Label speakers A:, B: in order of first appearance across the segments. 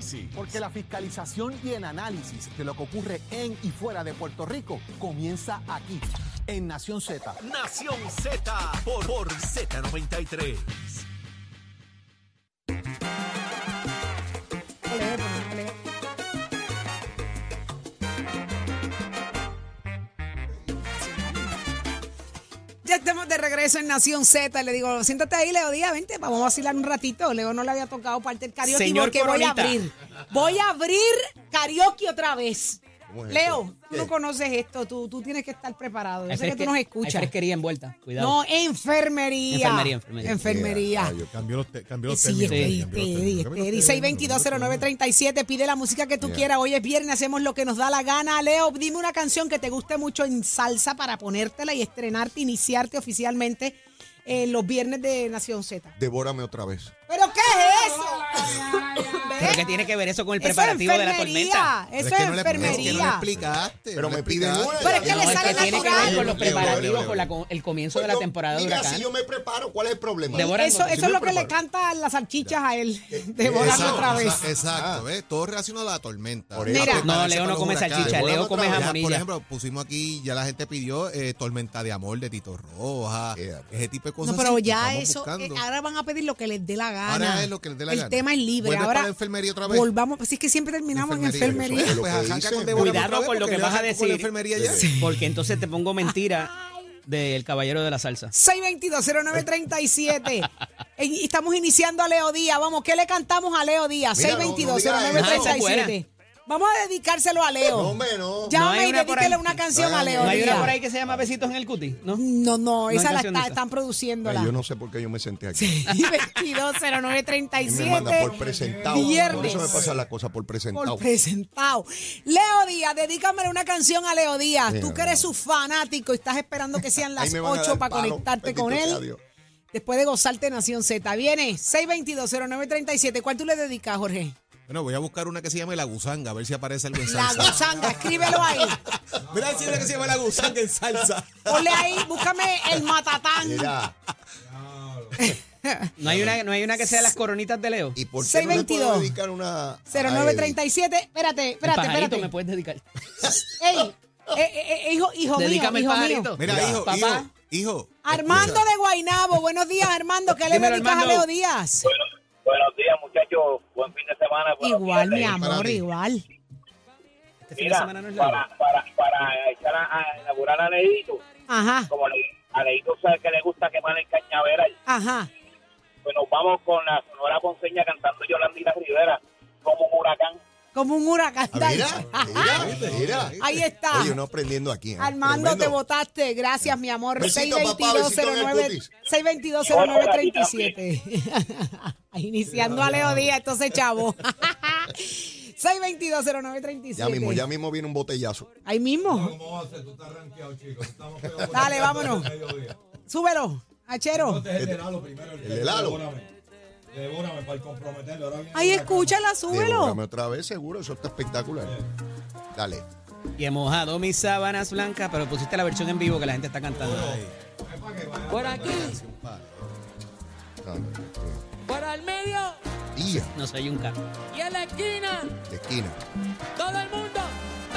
A: Así.
B: Porque la fiscalización y el análisis de lo que ocurre en y fuera de Puerto Rico comienza aquí, en Nación Z.
A: Nación Z por, por Z93.
C: Ya estamos de regreso en Nación Z. Le digo, siéntate ahí, Leo Díaz, vente, vamos a vacilar un ratito. Leo no le había tocado parte del karaoke
D: Señor
C: porque voy
D: Coronita.
C: a abrir. Voy a abrir karaoke otra vez.
E: ¿Cómo es
C: Leo, tú
E: ¿Qué?
C: no conoces esto, tú, tú tienes que estar preparado. Yo
D: Hay
C: sé que tú
D: fresque-
C: nos
D: Hay
C: escuchas.
D: fresquería envuelta. Cuidado.
C: No, enfermería.
D: Enfermería, enfermería.
C: Enfermería.
E: Rayo, Cambió los, te- cambió los
C: Sí,
E: términos.
C: Eddie,
E: cambió los
C: Eddie,
E: términos.
C: Eddie, 622-0937. Pide la música que tú
E: Yeah.
C: quieras. Hoy es viernes, hacemos lo que nos da la gana. Leo, dime una canción que te guste mucho en salsa para ponértela y estrenarte, iniciarte oficialmente eh, los viernes de Nación Z.
E: Devórame otra vez.
C: ¿Pero qué es eso?
D: ¿Pero qué
C: ¿Ves?
D: tiene que ver eso con el
C: Eso es
D: preparativo de la
C: enfermería,
D: tormenta?
C: Eso
F: Pero
C: es
F: que no le- es que no le
C: enfermería.
F: explicaste.
E: Pero
F: no
E: me
F: le
E: piden
F: explicaste.
E: una.
C: Pero es que
D: No,
C: le
D: es
C: sale
D: que tiene que
C: natural.
D: ver con los
F: Leo, Leo,
D: preparativos,
F: Leo,
D: con, la-
F: Leo.
D: con el comienzo de la
F: Yo-
D: temporada de
F: Pues mira,
D: huracán.
F: si yo me preparo, ¿cuál es el problema?
D: De Devórame
C: Eso,
D: otra
C: eso es lo que le
F: preparo.
C: cantan las salchichas a él. Devorando
F: Exacto,
C: otra vez.
F: exa- Exacto, ¿ves? Todo relacionado a la tormenta.
E: Por
C: Mira. eso.
D: No, Leo no come salchicha, Leo come
F: Ya,
D: jamonilla.
F: Por ejemplo, pusimos aquí, ya la gente pidió eh, Tormenta de Amor de Tito Roja,
E: Yeah.
F: ese tipo de
C: No,
F: cosas.
C: pero
F: así que
C: ya
F: estamos
C: eso,
F: buscando.
C: eh, ahora van a pedir lo que les dé la gana.
F: Ahora es lo que les dé la
C: el
F: gana.
C: tema es libre.
F: ¿Vuelves
C: Ahora
F: para la enfermería otra vez?
C: Volvamos, pues es que siempre terminamos en enfermería.
E: eso es.
F: Pues
E: Lo que
F: arranca
E: dicen.
F: con Devórame
D: Cuidado
F: otra vez,
D: con lo
F: porque
D: que
F: le
D: vas a
F: arranca con la
D: decir.
F: enfermería ya.
D: Porque entonces te pongo mentira del caballero de la salsa.
C: 622-0937. Eh, Estamos iniciando a Leo Díaz. Vamos, ¿qué le cantamos a Leo Díaz?
E: Mira, no, no digas
D: eso.
C: 622-0937. Vamos a dedicárselo a Leo.
E: No, hombre, no.
C: Llámame
D: No hay
C: y
D: una por
C: dedíquele
D: ahí.
C: una canción a Leo
D: ¿No hay una
C: Díaz.
D: por ahí que se llama Besitos en el Cuti? ¿No?
C: No, no,
D: hay
C: esa la
D: canción
C: está-
D: de esa.
C: están
E: Ay,
C: produciéndola.
E: yo no sé por qué yo me senté aquí. Y me manda por
C: 622-0937.
E: presentado. Por
C: viernes.
E: eso me pasa la cosa, por presentado.
C: Por presentado. Leo Díaz, dedícamele una canción a Leo Díaz. Tú
E: Mira,
C: que eres su fanático y estás esperando que sean
E: Ahí
C: las
E: me van a
C: 8
E: dar
C: para
E: palo.
C: conectarte
E: Bendito
C: con
E: sea
C: él.
E: Dios.
C: Después de gozarte Nación Z. Viene 622-0937. ¿Cuál tú le dedicas, Jorge?
F: Bueno, voy a buscar una que se llame La Gusanga, a ver si aparece algo en
C: La
F: salsa.
C: gozanga, escríbelo ahí.
F: Mira, si hay una que se llama La Gusanga en salsa.
C: Ponle ahí, búscame el matatán.
E: Mira,
D: ¿No hay, una, ¿No hay una que sea las coronitas de Leo?
E: ¿y por qué no le puedo
C: 622.
E: dedicar una. a
C: 0937. Espérate,
D: El
C: espérate,
D: pajarito me
C: espérate.
D: puedes dedicar.
C: Ey, eh, eh, eh, hijo, hijo mío,
D: Dedícame el
C: hijo mío.
D: pajarito.
F: Mira, hijo,
D: papá.
F: hijo, hijo.
C: Armando de Guainabo, buenos días Armando, ¿qué le
D: Dímelo,
C: dedicas a
D: Armando.
C: Leo Díaz?
G: Buenos días, muchachos. Buen fin de semana. Buenos
C: Igual, mi
G: días. eh,
C: amor, igual.
D: Este fin de
G: Mira,
D: semana no es largo.
G: para, para, para echar a, a elaborar a Leito,
C: Ajá,
G: como le- a Leito sabe que le gusta quemar el cañaveral,
C: ajá.
G: pues nos vamos con la Sonora Ponceña cantando Yolandina Rivera como un huracán.
C: Como un huracán.
E: Ah,
C: Dale.
E: mira, mira, mira.
C: Ahí está.
E: Oye, no aprendiendo aquí. ¿eh?
C: Armando,
E: Tremendo.
C: te votaste. Gracias, mi amor.
E: Besito, papá, besito en el
C: 622-09-
E: cutis.
C: 622-0937. Iniciando a Leo Díaz, entonces, chavo. 622-0937.
E: Ya mismo, ya mismo viene un botellazo.
C: Ahí mismo.
H: ¿Cómo va a ser? Tú estás rankeado, chico. Estamos peor por
C: Dale,
H: el
C: vámonos.
H: mediodía.
C: Súbelo, hachero.
H: Este es el de Lalo primero.
E: El de Lalo.
H: Devórame. Devórame para comprometerlo. Ahora viene
C: Ahí
H: una
C: escúchala, súbelo.
E: Devórame otra vez, seguro. Eso está espectacular. Dale.
D: Y he mojado mis sábanas blancas, pero pusiste la versión en vivo que la gente está cantando.
I: Por aquí,
E: Dale.
I: por el medio
E: Día
D: No soy un carro.
I: y en la esquina,
E: de esquina.
I: todo el mundo.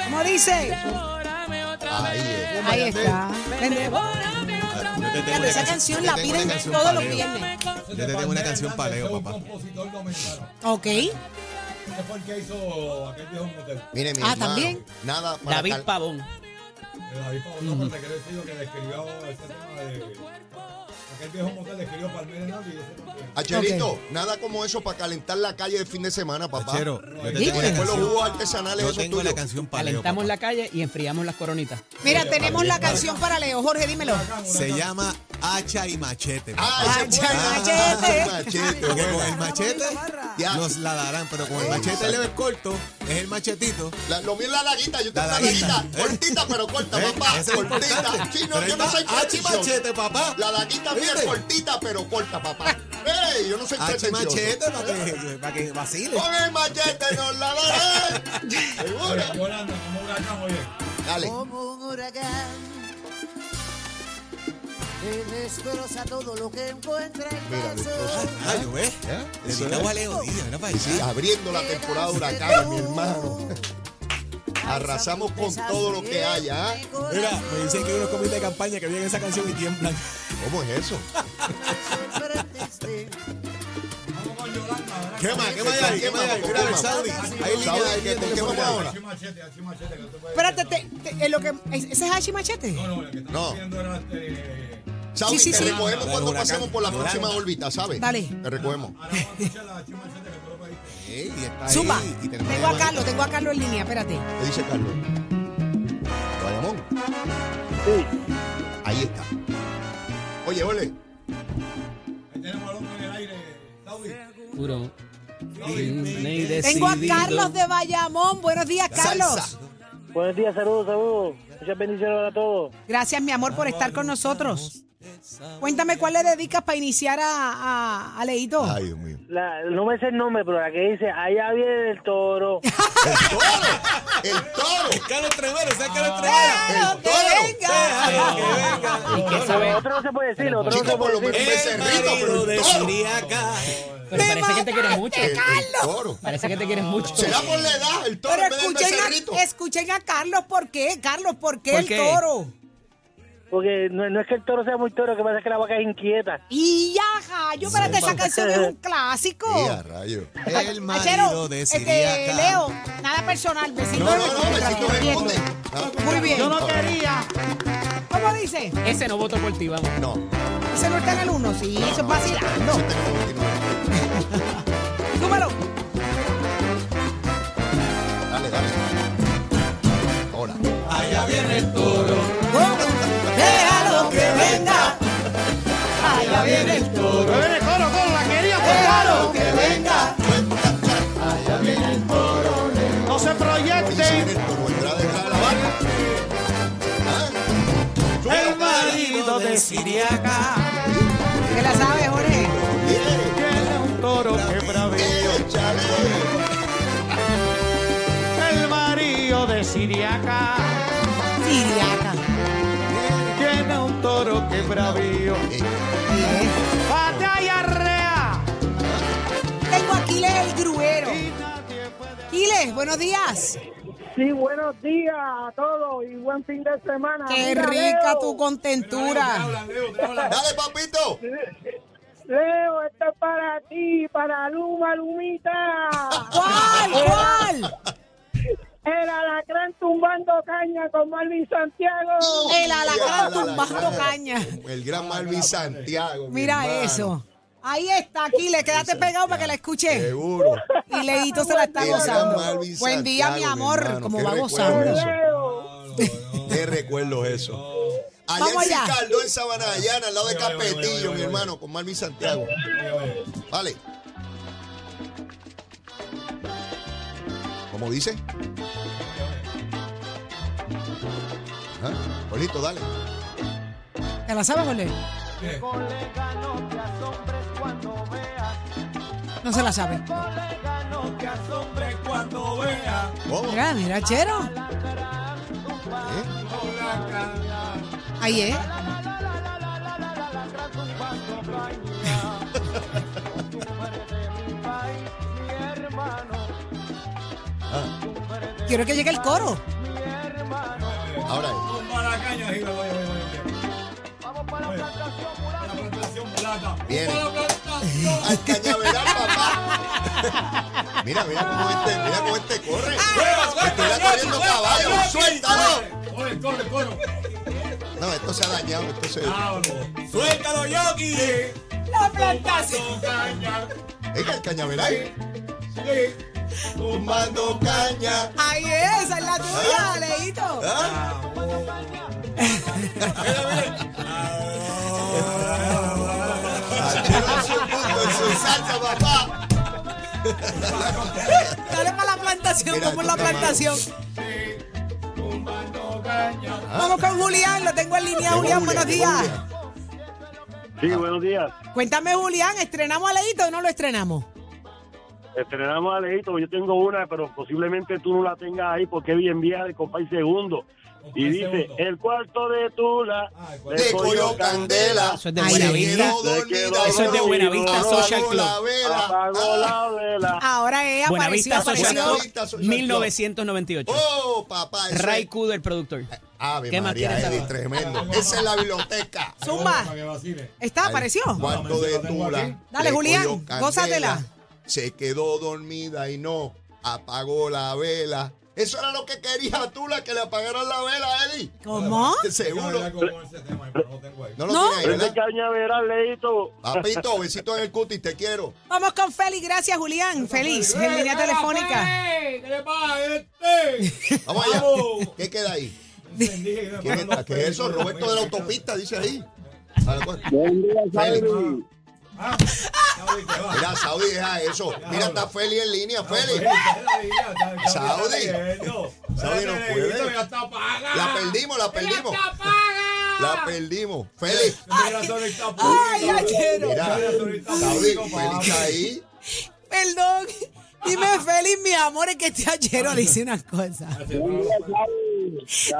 C: ¿Cómo dice?
I: Devórame otra
E: Ahí
I: vez.
E: es.
C: Ahí está.
I: Ven, devórame otra vez.
C: Fíjate, Esa canción la
F: Yo tengo
C: piden
F: una canción
C: todos
F: para
C: los
F: Leo.
C: viernes.
H: canción.
F: Yo te tengo una canción para Leo,
H: Ese es
F: papá.
H: Un compositor dominicano.
C: Ok.
H: Ese fue el que hizo aquel viejo motel.
E: Mire, mi
C: Ah,
E: hermano,
C: ¿también?
E: Nada para
D: David
E: cal-
D: Pavón.
H: Que David Pablo López, que era el tío que le escribió ese tema de... Aquel viejo motel le escribió Palmer Hernández y ese también.
E: Acherito, nada como eso para calentar la calle de fin de semana, papá.
F: Chero, yo te
C: ¿Viste?
F: tengo una
E: Después los
F: canción.
E: jugos artesanales,
F: Yo
E: eso es
F: tengo la
E: tuyo.
F: canción para Leo,
D: Calentamos
F: papá.
D: la calle y enfriamos las coronitas.
C: Mira, tenemos la canción para Leo. Jorge, dímelo.
F: Se llama Hacha y Machete. papá.
E: Ah, ese
C: Hacha y
E: fue-
C: machete.
E: Ah, machete.
F: Porque con el machete
E: Ya.
F: nos la darán, pero con el
E: Exacto.
F: machete leve es corto, es el machetito.
E: La- lo mío es la laguita, yo tengo
F: La
E: una
F: laguita.
E: laguita cortita pero corta,
F: ¿Eh?
E: papá.
F: Ese es el
E: cortita.
F: importante.
E: Sí, no,
F: Pero
E: yo no
F: está
E: soy
F: hacha y
E: pretensioso.
F: machete, papá.
E: La laguita mía es
F: ¿Viste?
E: cortita pero corta, papá. ¡Ey! Yo no soy
F: Hacha y
E: pretencioso.
F: machete para que, pa' que vacile.
E: Con el machete nos la darán. Seguro.
H: Oye, Yolanda, como un huracán, oye.
E: Dale.
I: Como un huracán.
J: Y destroza todo lo que encuentra en
E: Mira,
J: paso.
E: destroza.
F: Ah, yo ves.
E: ¿Eh? Eso
F: Dedicado a
E: es.
F: Leo Díaz, mira para allá.
E: Sí, abriendo la temporada de huracanes, mi hermano. Arrasamos con todo lo que haya. ¿ah?
F: Mira, me dicen que hay unos comités de campaña que vienen esa canción y tiemblan.
E: ¿Cómo es eso?
H: Vamos con Yolanda, ¿verdad?
F: ¿Qué más? ¿Qué más hay ahí? ¿Qué más hay ahí? Mira, el Saudi. Ahí línea
E: Saudi,
F: ahí que
E: ¿con qué
F: tenemos
E: vamos
F: ahora.
E: ahora?
H: Hachi machete, hachi machete, que tú puedes-
C: Espérate, te- te- eh, lo que, ¿ese es Hachi Machete?
H: No, no, lo que estamos
E: No.
H: viendo era este.
E: Saudi,
C: sí,
E: te
C: sí.
E: recogemos
F: Del
E: cuando
F: huracán.
E: pasemos por la
F: Yolanda.
E: próxima órbita, ¿sabes?
C: Dale.
E: Te recogemos.
H: Ahora vamos a escuchar la hachi machete que tú lo puedes-
F: Ey, y está ahí,
C: Zumba.
F: y tenemos
C: Tengo a
F: ahí.
C: Carlos, tengo a Carlos en línea, espérate.
E: ¿Qué dice Carlos? Bayamón. Ahí está. Oye, ole.
H: Ahí tenemos al hombre en el aire. Saudi.
D: Puro.
C: Tengo a Carlos de Bayamón. Buenos días, Carlos.
E: Salsa.
G: Buenos días, saludos, saludos. Muchas bendiciones a todos.
C: Gracias, mi amor, por estar con nosotros. Cuéntame cuál le dedicas para iniciar a, a, a Leito.
E: Ay, Dios mío.
G: La, no me sé el nombre, pero la que dice, allá viene el toro.
E: ¡El toro!
F: Carlos Tremero, ese es Carlos
C: ¡Pero
E: el
C: que
E: toro.
C: venga!
G: Lo otro no se puede decir, lo otro no
E: Chico,
G: se
E: por
G: puede
E: lo menos
G: decir.
E: un becerrito, pero el toro.
F: Suriaca.
D: Pero parece que te quieres mucho.
E: El, el toro.
D: Parece que te quieres mucho.
E: Será por la edad, el toro
C: Pero
E: en vez del
C: escuchen
E: becerrito.
C: a, escuchen a Carlos, ¿por qué? Carlos, ¿por qué
D: ¿Por
C: el
D: qué?
C: toro?
G: Porque no, no es que el toro sea muy toro, lo que pasa es que la vaca es inquieta.
C: Y ya, yo espérate, esa canción es un clásico.
E: Sí, a rayo.
F: El marido
C: Achero,
F: de
C: este,
F: Siriaca.
C: Leo, nada personal, besito.
E: No, no, no,
C: respeto,
E: besito
C: te entiendo.
E: responde.
C: Muy bien.
I: Yo no quería.
C: ¿Cómo dice?
D: Ese no voto por ti, vamos.
E: No.
C: Ese no está en el uno, sí, eso es vacilando.
E: Eso te continúa.
C: Súmalo.
E: Dale, dale. Ahora.
C: Déjalo que venga. Allá viene el toro. Déjalo que venga.
E: Dice que el toro vendrá detrás de la vaca. ¿Ah?
F: El marido de Siriaca.
C: ¿Te la sabes, Jorge?
E: Bien.
F: Toro que
E: Échale.
F: El marido de Siriaca.
C: Siriaca.
F: Tiene un toro que bravío.
C: Bien.
F: Batalla rea.
C: Tengo a Quiles el gruero. Quiles, buenos días.
G: Sí, buenos días a todos y buen fin de semana.
C: Qué
G: Ah, Mira,
C: rica
G: Leo,
C: tu
H: Te
C: contentura.
H: hablan, Leo, te hablan.
E: Dale, papito.
G: Leo, esto es para ti, para Luma, Lumita.
C: ¿Cuál? ¿Cuál?
G: El alacrán tumbando caña con Marvin Santiago.
C: El alacrán
E: El alacrán.
C: tumbando caña.
E: El gran Marvin Santiago. mi
C: Mira
E: hermano.
C: eso. Ahí está, Aquiles. Quédate pegado para que la escuche.
E: Seguro.
C: Y Leito se la está
E: El gran
C: gozando.
E: Marvin
C: Buen día, mi
E: Santiago,
C: amor.
E: hermano.
C: Como
E: Qué
C: va
E: recuerdo
C: gozando.
E: eso.
G: Leo,
E: Te recuerdo eso. Allá
C: Vamos
E: en
C: allá.
E: Cicaldo, en Sabana, allá al lado de
H: Oye, oye, oye, oye,
E: Capetillo, mi
H: oye.
E: hermano, con Marvin Santiago. Vale. ¿Cómo dice? Ajá. Polito, ¿Ah? Pues dale.
C: ¿Te la sabes, Jorge? No se la sabe.
H: Cuando vea
E: ¿Cómo?
C: Mira, mira, Chero.
E: ¿Eh?
C: Ahí es.
E: Ah,
C: Quiero que llegue el coro.
E: Ahora es.
H: tumba la caña, ahí va, oye, oye, oye. Oye, la plantación plata.
E: Viene.
H: Tumba la plantación.
E: Al cañaveral, papá. Mira, mira cómo este, mira cómo este corre.
C: Ah.
E: Estoy ya corriendo caballo. ¡Suéltalo!
H: Oye, corre, corre.
E: No, esto se ha dañado, esto se.
H: Vámonos.
F: Suéltalo, Yogi.
H: Tumbando caña.
E: Venga, el cañaveral.
H: Sí.
E: Tumbando caña.
C: Ahí es, esa es la tuya, Leito.
E: Ah, Al tiro en su punto, en su salsa, papá.
C: Dale para la plantación,
E: Mira,
C: vamos a la
E: toca
C: plantación.
H: Tumbando caña.
C: Vamos con Julián, lo tengo en línea.
E: Llegó
C: Julián,
E: Julián,
C: buenos
E: llegó
C: días.
E: Julián.
G: Sí, buenos días.
C: Cuéntame, Julián, ¿estrenamos a Leito o no lo estrenamos?
G: Estrenamos a Leito, yo tengo una, pero posiblemente tú no la tengas ahí porque es bien vieja de Compay Segundo. Y
H: Compay
G: dice,
H: Segundo.
G: el cuarto de Tula
H: Ah, el cuarto.
G: le
E: Te cogió candela.
D: Eso es de
C: Ay,
D: buena
C: sí.
D: vista. Eso es de Buenavista Social Club.
E: Ah.
G: Apagó la vela.
C: Ahora ella apareció,
D: Buenavista Social
C: apareció.
E: Buenavista.
D: Club,
E: Social Club.
D: 1998.
E: Oh, papá. eso es-
D: Ray Kudo, el productor.
E: Ave
D: ¿Qué más
E: María,
D: quieres
E: Eddie,
D: saber?
E: tremendo. Esa es la biblioteca.
H: Ahí
C: Zumba.
H: vamos, para que vacile.
C: ¿Está? Ah, ¿Apareció?
E: Cuarto
H: No,
E: de
H: no, tengo aquí.
E: Tula.
C: Dale,
E: le
C: Julián,
E: cogió candela,
C: gózatela.
E: Se quedó dormida y no apagó la vela. Eso era lo que quería Tula, que le apagaran la vela, Eddie.
C: ¿Cómo?
E: Seguro.
H: Yo voy a con ese tema, pero no tengo ahí.
E: No lo
C: No.
E: tiene ahí,
G: Ese
E: ¿verdad?
G: cañaveral, Leito.
E: Papito, besito en el cutis, te quiero.
C: Vamos con Feli, gracias Julián. Feliz, en
H: ¡Eh,
C: línea
H: cara,
C: telefónica.
H: fe! ¿Qué le pasa a este?
E: Vamos allá.
H: Vamos.
E: ¿Qué queda ahí?
H: Entendí que iba a
E: ¿Quién
H: poner
E: está?
H: los
E: ¿Qué es eso?
H: películas,
E: Roberto de la
H: mira,
E: autopista, dice ahí. Ah, pues. A la cosa. Feli.
G: Saudi.
H: Ah, Saudi, te va.
E: Mira, Saudi, deja eso. Mira, está Feli en línea, Feli. Saudi. Saudi
H: Saudi
E: no puede. La perdimos, la perdimos. La perdimos. Feli.
C: Ay, ayer.
E: Mira, Saudi, Feli está ahí.
C: Perdón. Dime Feli, mi amor, es que este ayer le hice unas cosas.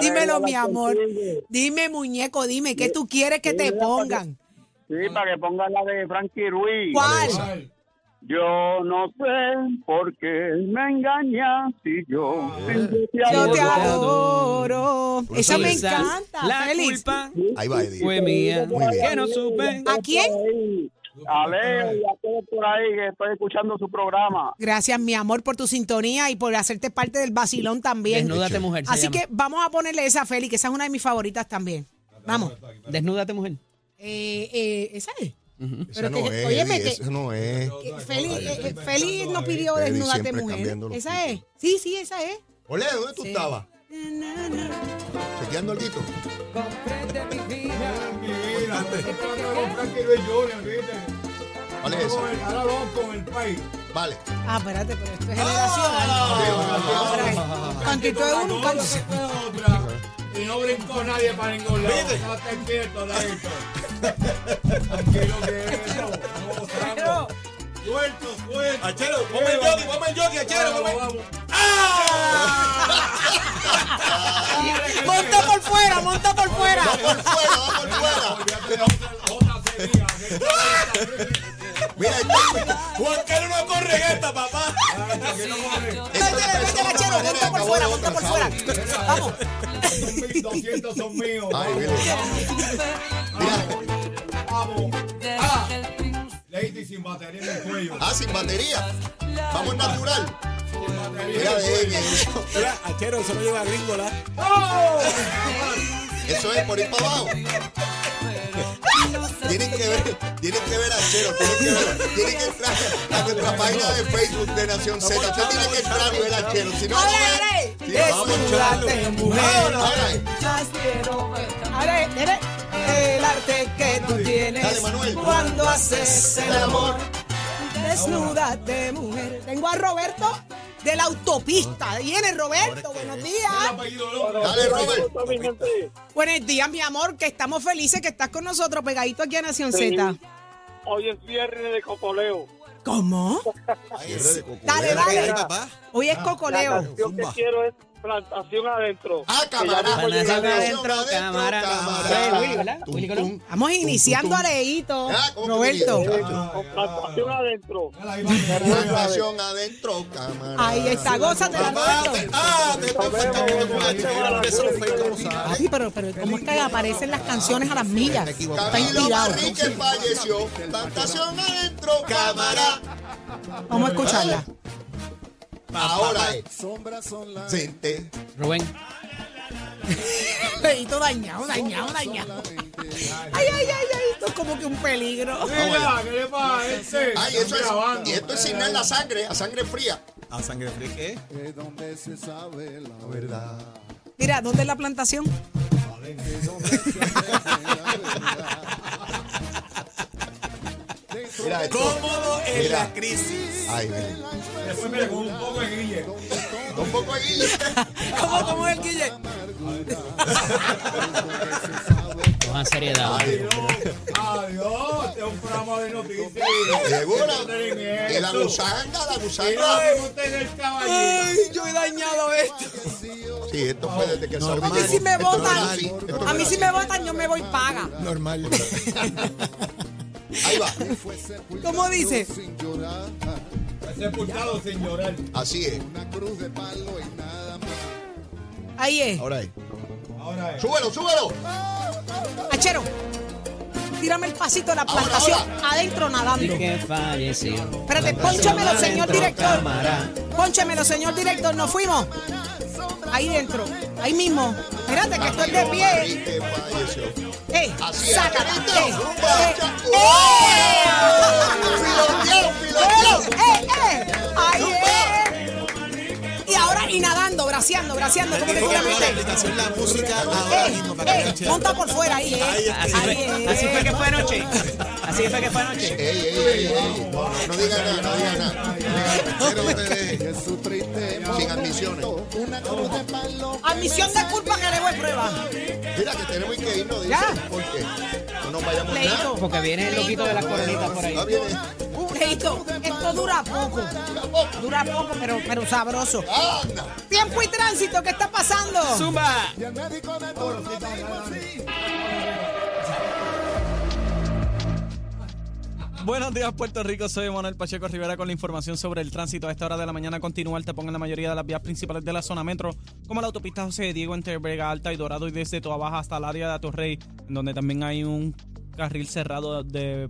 C: Dímelo, mi amor. Dime, muñeco, dime, ¿qué tú quieres que te pongan?
G: Sí, para que pongan la de Frankie Ruiz.
C: ¿Cuál?
G: Yo no sé por qué me engañas si yo siempre te
C: Yo te
G: adoro.
C: adoro. Esa me
D: Quizás
C: encanta,
D: La
C: Feliz.
D: culpa
E: Ahí va, Eddie.
D: fue mía.
E: Muy bien.
D: Que no supe.
C: ¿A quién?
G: A Leo y a todos por ahí que estoy escuchando su programa.
C: Gracias, mi amor, por tu sintonía y por hacerte parte del vacilón también.
D: Desnúdate, mujer. se
C: Así
D: llama.
C: que vamos a ponerle esa a Feli, que esa es una de mis favoritas también. Vamos.
D: Desnúdate, mujer.
C: Eh, eh, esa es.
E: Esa no
C: que-
E: es,
C: óyeme,
E: Eddie,
C: que-
E: eso no es.
C: Eh, Feli, eh, eh,
H: no
C: Feli nos pidió
E: Feli
C: desnúdate
E: siempre
C: mujer.
E: cambiando los
C: Esa es.
E: títulos.
C: Sí, sí, esa es.
E: Ole, ¿dónde tú
C: Sí.
E: estabas?
C: Na, na, na.
E: Chequeando el guito.
I: Comprende mi vida.
E: ¿Cuál es esa?
H: Ahora vamos con el país.
E: Vale.
C: Ah, espérate, pero esto es
E: Ah,
C: generacional. Ahora, Cantito de uno,
H: Ahora
C: cantito.
H: que está otra. Y no brincó nadie para ningún lado. No te quieto, Leito. Tranquilo que eso. Vamos, Sambo. Suelto, suelto.
A: Achero, ponme el jockey, ponme el jockey, achero,
H: Vamos,
A: ponme-
H: vamos.
C: Monta por fuera, monta por fuera.
E: Va por fuera, va por fuera.
H: Olvídate de otra- otra sería.
E: Mira, esto,
A: Juan Carlos no corre en esta, papá.
H: Ay, que no corre.
C: Métela, métela, chero, monta por fuera, monta por fuera. Vamos.
H: 200 son míos.
E: Ay,
H: Vamos,
E: mira. Mira,
H: vamos. Ah.
I: Desde el principio.
H: Lady sin batería en el cuello.
E: ah, sin batería. Vamos natural.
H: Sin batería en
E: Mira,
H: el
E: eh,
H: cuello.
E: eh,
A: Mira, achero, eso no lleva a gringola.
E: eso es por ir para abajo. Tienen que ver, tienen que ver a Chero, tienen que ver, tienen que entrar a nuestra página de Facebook de Nación Z. Usted tiene que entrar y ver a Chero. Si no, no
C: Ahora, eh,
E: ve- si no, vamos a
C: desnúdate, mujer.
E: Ahora, eh,
C: Ahora, eh, eres el arte que tú tienes
E: Dale, Manuel.
C: cuando haces el amor. Desnúdate, mujer. Tengo a Roberto de la autopista. Viene Roberto, buenos días.
H: Apellido López.
E: Dale, Robert.
C: Buenos días, mi amor, que estamos felices que estás con nosotros pegadito aquí a Nación Z.
G: Hoy es viernes de copoleo.
C: ¿Cómo?
E: Cierre de cocuyo.
C: Dale,
F: Mira, ahí,
C: dale.
F: papá.
C: Hoy
E: Ah,
C: es cocoleo.
G: Yo que quiero es plantación adentro.
E: Ah, cámara.
D: Plantación adentro, cámara, cámara. Willy, ¿verdad?
E: Tum,
D: Willy Colón.
E: tum.
C: Vamos iniciando a Leito,
E: Ah, ¿cómo que
C: Roberto.
E: Willy?
H: Ay,
G: Plantación adentro.
H: Mira la imagen.
E: Plantación adentro, cámara.
C: Ahí está, gózatela,
E: Ah, Papá,
C: Roberto.
E: te- ah, te estoy faltando con la chera, por eso fue como sale.
C: Papi, pero, pero ¿cómo es que aparecen las canciones a las millas? Está
E: Camilo
C: inspirado.
E: Manrique falleció. Plantación adentro, cámara.
C: Vamos a escucharla.
E: Ahora es. Gente.
D: Rubén.
C: Leito dañado, dañado, dañado. Ay, ay, ay, ay, esto es como que un peligro.
H: Mira, ¿qué le pasa a este?
E: Ay, eso es. Y esto es signar la sangre, a sangre fría.
F: A sangre fría, ¿qué?
C: Mira, ¿dónde es la plantación?
E: Mira esto.
A: Cómodo en
E: Mira.
A: la crisis.
E: Ay, mira.
H: Después mira, con un poco de guille.
E: Un poco ahí.
C: ¿Cómo, cómo es el Guille?
D: Cojan seriedad.
H: Adiós, este es un programa vamos a ver noticias.
E: Segura.
H: Entren en
E: Y la
H: esto.
E: gusanga, la
H: Y no
E: gusanga.
H: le gusten el caballito.
C: yo he dañado esto.
E: Sí, esto fue desde que el
F: Normal.
E: Salvi
C: A mí
E: llegó.
C: si me
E: Esto no
C: botan,
E: era así, esto no
C: a mí
E: era
C: si
E: así.
C: me votan yo me voy paga.
F: Normal.
E: Ahí va.
C: ¿Cómo dice?
H: Sepultado sin llorar.
E: Así es.
C: Ahí es.
E: Ahora ahí.
H: Ahora es.
E: Súbelo, súbelo.
C: Achero, tírame el pasito de la plantación adentro nadando.
D: Y que falleció.
C: Espérate, pónchamelo, señor
D: Adentro,
C: director.
D: cámara.
C: Pónchamelo, señor director. Nos fuimos. Ahí dentro. Ahí mismo. Espérate, que estoy de pie.
E: Ahí que Ah, falleció.
C: ¡Eh!
E: Así es,
C: ¡Saca!
E: carito.
C: ¡Eh!
E: Zumba,
C: ¡Eh!
E: chaco.
C: ¡Eh!
E: Piloteado, piloteado.
C: ¡Eh! ¡Eh! ¡Ahí es! Y ahora, y nadando, braceando, braceando, como que tú la
F: la
C: metes.
F: aplicación la música ahora
C: ¡Eh!
F: mismo para que
C: ¡Eh!
F: escuche.
C: Monta por fuera, ahí es.
D: Así
C: eh.
D: fue, así fue que fue anoche. Así fue que fue anoche.
E: Ey, ey, ey, ey. No, no diga nada, no diga nada. Pero ustedes, sin ambiciones.
C: Admisión de culpa que le voy a prueba.
E: Mira que tenemos que irnos, dice.
C: Ya.
E: ¿Por qué? No nos vayamos
C: Leito. Uh,
E: nada.
D: Porque viene el loquito de las coronitas por ahí.
E: Está bien.
C: Leito, esto dura poco. Dura poco, pero, pero sabroso.
E: Anda.
C: Tiempo y tránsito, ¿qué está pasando?
D: Zumba.
K: Buenos días, Puerto Rico. Soy Manuel Pacheco Rivera con la información sobre el tránsito. A esta hora de la mañana continúa el tapón en la mayoría de las vías principales de la zona metro, como la autopista José de Diego entre Vega Alta y Dorado y desde Toa Baja hasta el área de Atorrey, en donde también hay un carril cerrado de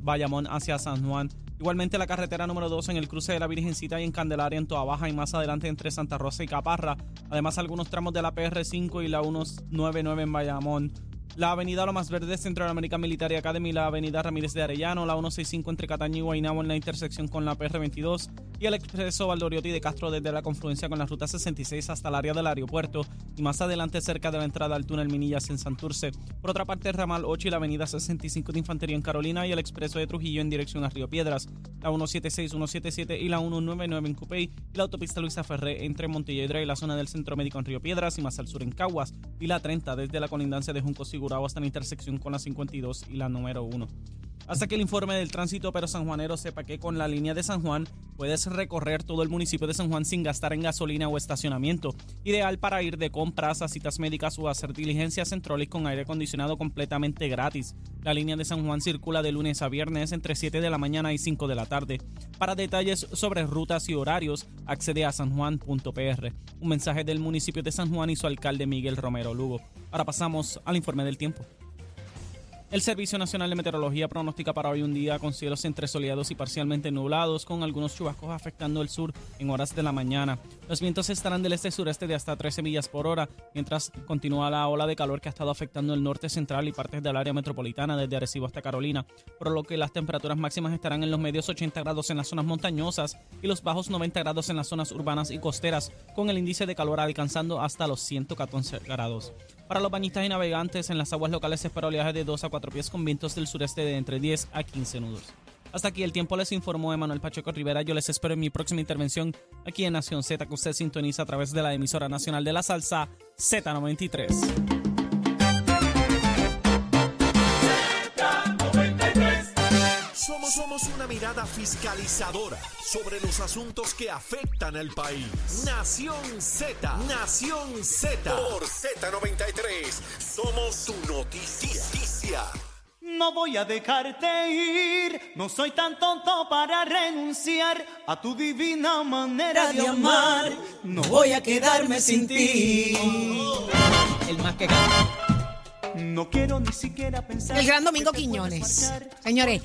K: Bayamón hacia San Juan. Igualmente la carretera número 2 en el cruce de la Virgencita y en Candelaria en Toa Baja y más adelante entre Santa Rosa y Caparra. Además algunos tramos de la PR5 y la 199 en Bayamón. La avenida Lo Más Verde, Central American Military Academy, la avenida Ramírez de Arellano, la 165 entre Cataño y Guaynabo en la intersección con la PR22 y el expreso Valdoriotti de Castro desde la confluencia con la ruta 66 hasta el área del aeropuerto y más adelante cerca de la entrada al túnel Minillas en Santurce. Por otra parte, el ramal 8 y la avenida 65 de Infantería en Carolina y el expreso de Trujillo en dirección a Río Piedras, la 176, 177 y la 199 en Cupey y la autopista Luisa Ferré entre Montelledra y la zona del Centro Médico en Río Piedras y más al sur en Caguas y la 30 desde la colindancia de Junco Sigurao hasta la intersección con la 52 y la número 1. Hasta que el informe del tránsito, pero sanjuanero sepa que con la línea de San Juan puedes recorrer todo el municipio de San Juan sin gastar en gasolina o estacionamiento. Ideal para ir de compras a citas médicas o hacer diligencias en trolis con aire acondicionado completamente gratis. La línea de San Juan circula de lunes a viernes entre 7 de la mañana y 5 de la tarde. Para detalles sobre rutas y horarios, accede a sanjuan.pr. Un mensaje del municipio de San Juan y su alcalde Miguel Romero Lugo. Ahora pasamos al informe del tiempo. El Servicio Nacional de Meteorología pronostica para hoy un día con cielos entre soleados y parcialmente nublados, con algunos chubascos afectando el sur en horas de la mañana. Los vientos estarán del este-sureste de hasta 13 millas por hora, mientras continúa la ola de calor que ha estado afectando el norte central y partes del área metropolitana, desde Arecibo hasta Carolina, por lo que las temperaturas máximas estarán en los medios 80 grados en las zonas montañosas y los bajos 90 grados en las zonas urbanas y costeras, con el índice de calor alcanzando hasta los 114 grados. Para los bañistas y navegantes, en las aguas locales se espera oleaje de 2 a 4 pies con vientos del sureste de entre 10 a 15 nudos. Hasta aquí el tiempo les informó Emanuel Pacheco Rivera. Yo les espero en mi próxima intervención aquí en Nación Z, que usted sintoniza a través de la emisora nacional de la salsa Z93.
A: Somos, somos una mirada fiscalizadora sobre los asuntos que afectan al país. Nación Z, Nación Z. Por Z93, somos tu noticia.
K: No voy a dejarte ir, no soy tan tonto para renunciar a tu divina manera
C: de amar.
K: No
C: voy a quedarme sin ti.
D: El más que canta.
K: No quiero ni siquiera pensar.
C: El gran Domingo Quiñones. Señores,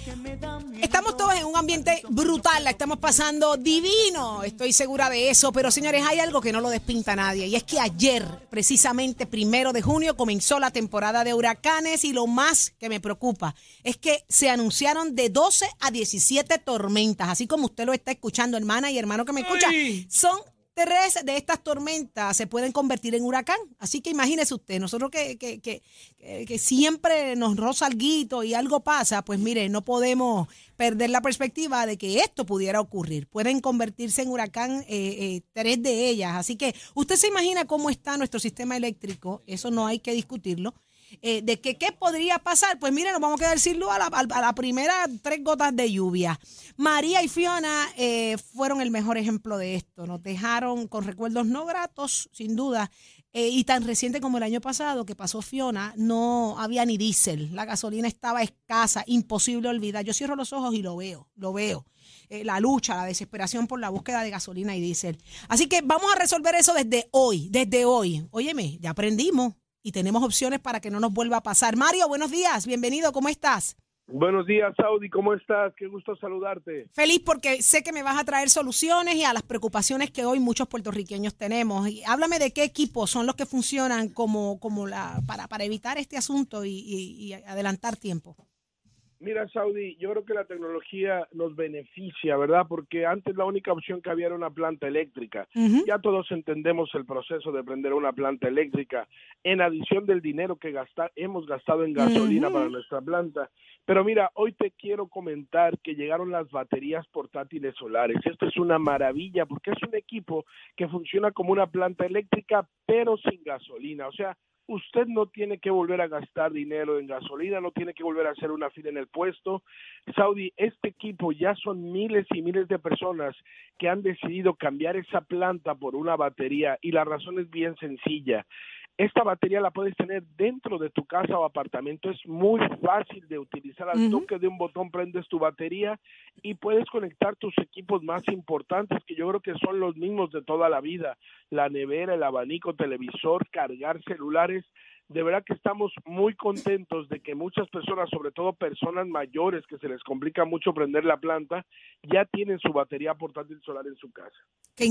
C: estamos todos en un ambiente brutal, la estamos pasando divino, estoy segura de eso, pero señores, hay algo que no lo despinta nadie, y es que ayer, precisamente primero de junio, comenzó la temporada de huracanes y lo más que me preocupa es que se anunciaron de 12 a 17 tormentas, así como usted lo está escuchando, hermana y hermano que me escucha, son... Tres de estas tormentas se pueden convertir en huracán. Así que imagínese usted, nosotros que, que- que- que- que siempre nos roza algo y algo pasa, pues mire, no podemos perder la perspectiva de que esto pudiera ocurrir. Pueden convertirse en huracán eh, eh, tres de ellas. Así que usted se imagina cómo está nuestro sistema eléctrico, eso no hay que discutirlo. eh, de que qué podría pasar, pues mire, nos vamos a quedar sin luz a la, a la primera tres gotas de lluvia. María y Fiona eh, fueron el mejor ejemplo de esto. Nos dejaron con recuerdos no gratos, sin duda. eh, y tan reciente como el año pasado que pasó Fiona, no había ni diésel. La gasolina estaba escasa, imposible olvidar. Yo cierro los ojos y lo veo, lo veo. Eh, la lucha, la desesperación por la búsqueda de gasolina y diésel. Así que vamos a resolver eso desde hoy, desde hoy. Óyeme, ya aprendimos y tenemos opciones para que no nos vuelva a pasar. Mario, buenos días, bienvenido, ¿cómo estás?
L: Buenos días, Saudi, ¿cómo estás? Qué gusto saludarte.
C: Feliz porque sé que me vas a traer soluciones y a las preocupaciones que hoy muchos puertorriqueños tenemos. Y háblame de qué equipos son los que funcionan como, como la, para, para evitar este asunto y, y- y adelantar tiempo.
L: Mira, Saudi, yo creo que la tecnología nos beneficia, ¿verdad? Porque antes la única opción que había era una planta eléctrica.
M: Ujú.
L: Ya todos entendemos el proceso de prender una planta eléctrica, en adición del dinero que gasta- hemos gastado en gasolina
M: Ujú.
L: para nuestra planta. Pero mira, hoy te quiero comentar que llegaron las baterías portátiles solares. Esto es una maravilla porque es un equipo que funciona como una planta eléctrica, pero sin gasolina. O sea, usted no tiene que volver a gastar dinero en gasolina, no tiene que volver a hacer una fila en el puesto. Saudi, este equipo ya son miles y miles de personas que han decidido cambiar esa planta por una batería y la razón es bien sencilla. Esta batería la puedes tener dentro de tu casa o apartamento. Es muy fácil de utilizar. Al
M: Ujú.
L: toque de un botón prendes tu batería y puedes conectar tus equipos más importantes, que yo creo que son los mismos de toda la vida. La nevera, el abanico, televisor, cargar celulares. De verdad que estamos muy contentos de que muchas personas, sobre todo personas mayores que se les complica mucho prender la planta, ya tienen su batería portátil solar en su casa.
C: Qué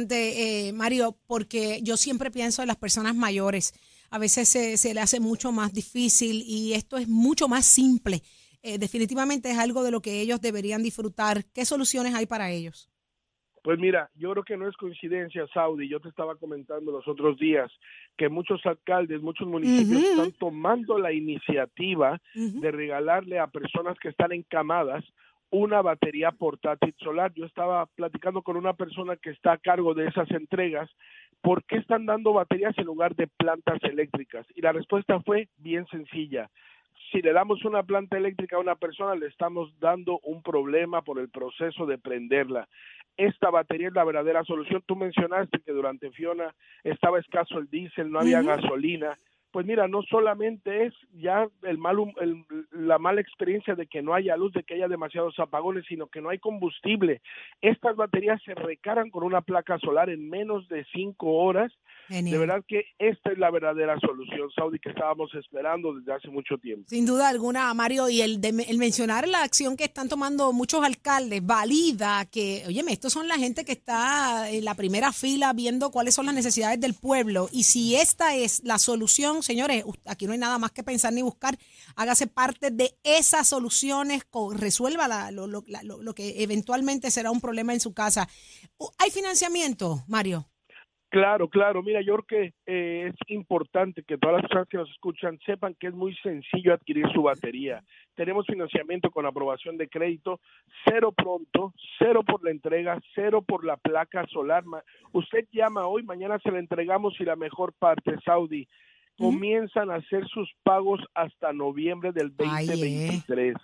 C: interesante, eh, Mario, porque yo siempre pienso en las personas mayores. A veces se, se le hace mucho más difícil y esto es mucho más simple. Eh, definitivamente es algo de lo que ellos deberían disfrutar. ¿Qué soluciones hay para ellos?
L: Pues mira, yo creo que no es coincidencia, Saudi. Yo te estaba comentando los otros días que muchos alcaldes, muchos municipios
M: Ujú.
L: están tomando la iniciativa
M: Ujú.
L: de regalarle a personas que están encamadas una batería portátil solar. Yo estaba platicando con una persona que está a cargo de esas entregas. ¿Por qué están dando baterías en lugar de plantas eléctricas? Y la respuesta fue bien sencilla si le damos una planta eléctrica a una persona, le estamos dando un problema por el proceso de prenderla. Esta batería es la verdadera solución. Tú mencionaste que durante Fiona estaba escaso el diésel, no había
M: Ujú.
L: gasolina. Pues mira, no solamente es ya el mal, hum- el- la mala experiencia de que no haya luz, de que haya demasiados apagones, sino que no hay combustible. Estas baterías se recargan con una placa solar en menos de cinco horas.
C: Genial.
L: De verdad que esta es la verdadera solución, Saudi, que estábamos esperando desde hace mucho tiempo.
C: Sin duda alguna, Mario, y el, de- el mencionar la acción que están tomando muchos alcaldes valida que, óyeme, estos son la gente que está en la primera fila viendo cuáles son las necesidades del pueblo. Y si esta es la solución, señores, us- aquí no hay nada más que pensar ni buscar. Hágase parte de esas soluciones, co- resuelva la- lo, lo- la- lo- lo que eventualmente será un problema en su casa. Uh, ¿Hay financiamiento, Mario?
L: Claro, claro. Mira, yo creo que eh, es importante que todas las personas que nos escuchan sepan que es muy sencillo adquirir su batería. Tenemos financiamiento con aprobación de crédito, cero pronto, cero por la entrega, cero por la placa solar. Ma- Usted llama hoy, mañana se la entregamos y la mejor parte, Saudi, comienzan a hacer sus pagos hasta noviembre del 2023.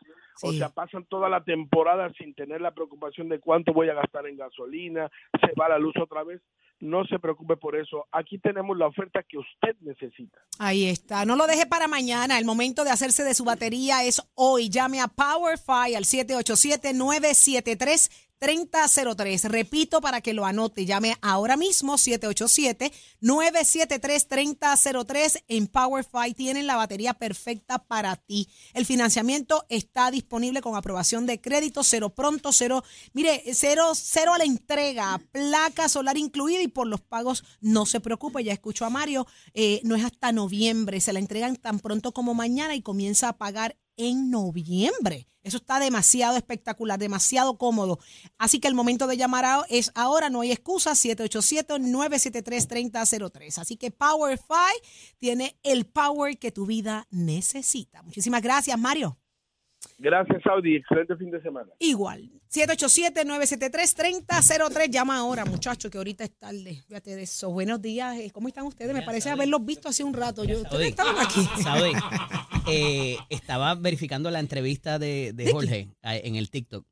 L: O sea, pasan toda la temporada sin tener la preocupación de cuánto voy a gastar en gasolina, se va la luz otra vez. No se preocupe por eso. Aquí tenemos la oferta que usted necesita.
C: Ahí está. No lo deje para mañana. El momento de hacerse de su batería es hoy. Llame a PowerFi al 787-973-3003. Repito para que lo anote. Llame ahora mismo 787-973-3003. En PowerFi tienen la batería perfecta para ti. El financiamiento está disponible con aprobación de crédito, cero pronto, cero, mire, cero, cero a la entrega, placa solar incluida y por los pagos no se preocupe, ya escucho a Mario, eh, no es hasta noviembre, se la entregan tan pronto como mañana y comienza a pagar en noviembre. Eso está demasiado espectacular, demasiado cómodo. Así que el momento de llamar a- es ahora, no hay excusa, 787-973-3003. Así que Power 5 tiene el power que tu vida necesita. Muchísimas gracias, Mario.
L: Gracias, Saudi. Excelente fin de semana.
C: Igual. 787-973-3003. Llama ahora, muchachos, que ahorita es tarde. Fíjate de eso. Buenos días. eh, ¿Cómo están ustedes? Me parece haberlos visto hace un rato. Yo, ustedes
D: Saudi.
C: estaban aquí.
D: Saudi, eh, estaba verificando la entrevista de, de
C: ¿De
D: Jorge eh, en el TikTok.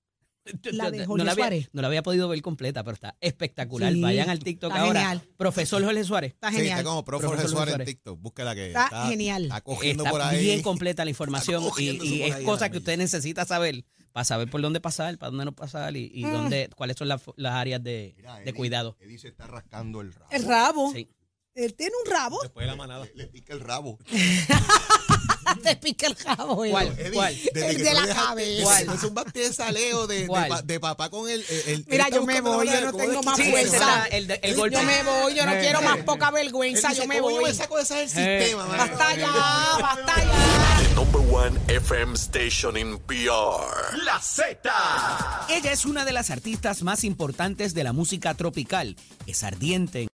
C: La de
D: No-
C: Jorge
D: no, la había,
C: Suárez.
D: no la había podido ver completa, pero está espectacular.
C: Sí,
D: Vayan al TikTok
C: está
D: ahora.
C: genial.
D: Profesor Jorge Suárez.
C: Está
F: Sí, está
C: genial.
F: como Prof. Jorge
D: Profesor
F: Suárez en
D: Suárez.
F: TikTok. Búscala que
C: Está genial.
F: Está cogiendo
D: Está
F: por ahí.
D: bien completa la información
F: Está
D: y,
F: cogiendo
D: y
F: eso por
D: es
F: ahí
D: cosa
F: ahora
D: que usted necesita saber para saber por dónde pasar, para dónde no pasar y, y
C: Mm.
D: dónde, cuáles son las, las áreas de,
E: Mira,
D: de
E: Eddie-
D: cuidado.
E: Eddie se está rascando el rabo.
C: El rabo.
D: Sí.
C: Él tiene un rabo.
F: Después de la manada.
E: Le, le pica el rabo.
C: Te pica el rabo. él.
D: ¿Cuál?
F: Eddie,
D: ¿Cuál?
F: desde
C: El
F: que
C: de
F: tú
C: la
F: dejaste-
C: cabeza.
F: desde que tú zumbaste ese aleo de, de,
D: ¿Cuál?
F: pa- de papá con el. el- el-
C: Mira,
F: él
C: yo
F: está
C: me
F: buscando la
C: voy, yo
F: manera de
C: no
F: cómo
C: tengo
E: ah,
C: más
F: desquitarse.
D: Sí,
E: pues,
D: ese
C: fuerza.
D: era el, de- el
F: Él
D: golpe.
C: Yo me voy, yo no
K: Eh,
C: quiero
K: eh,
C: más
K: eh.
C: poca
F: Él
C: vergüenza.
F: dice,
C: Yo me
F: "¿Cómo
C: voy.
F: me saco de esa del
K: Eh,
F: sistema, mano?"
C: Basta ya, basta ya.
A: The number one FM station in PR. La Z.
D: Ella es una de las artistas más importantes de la música tropical. Es ardiente.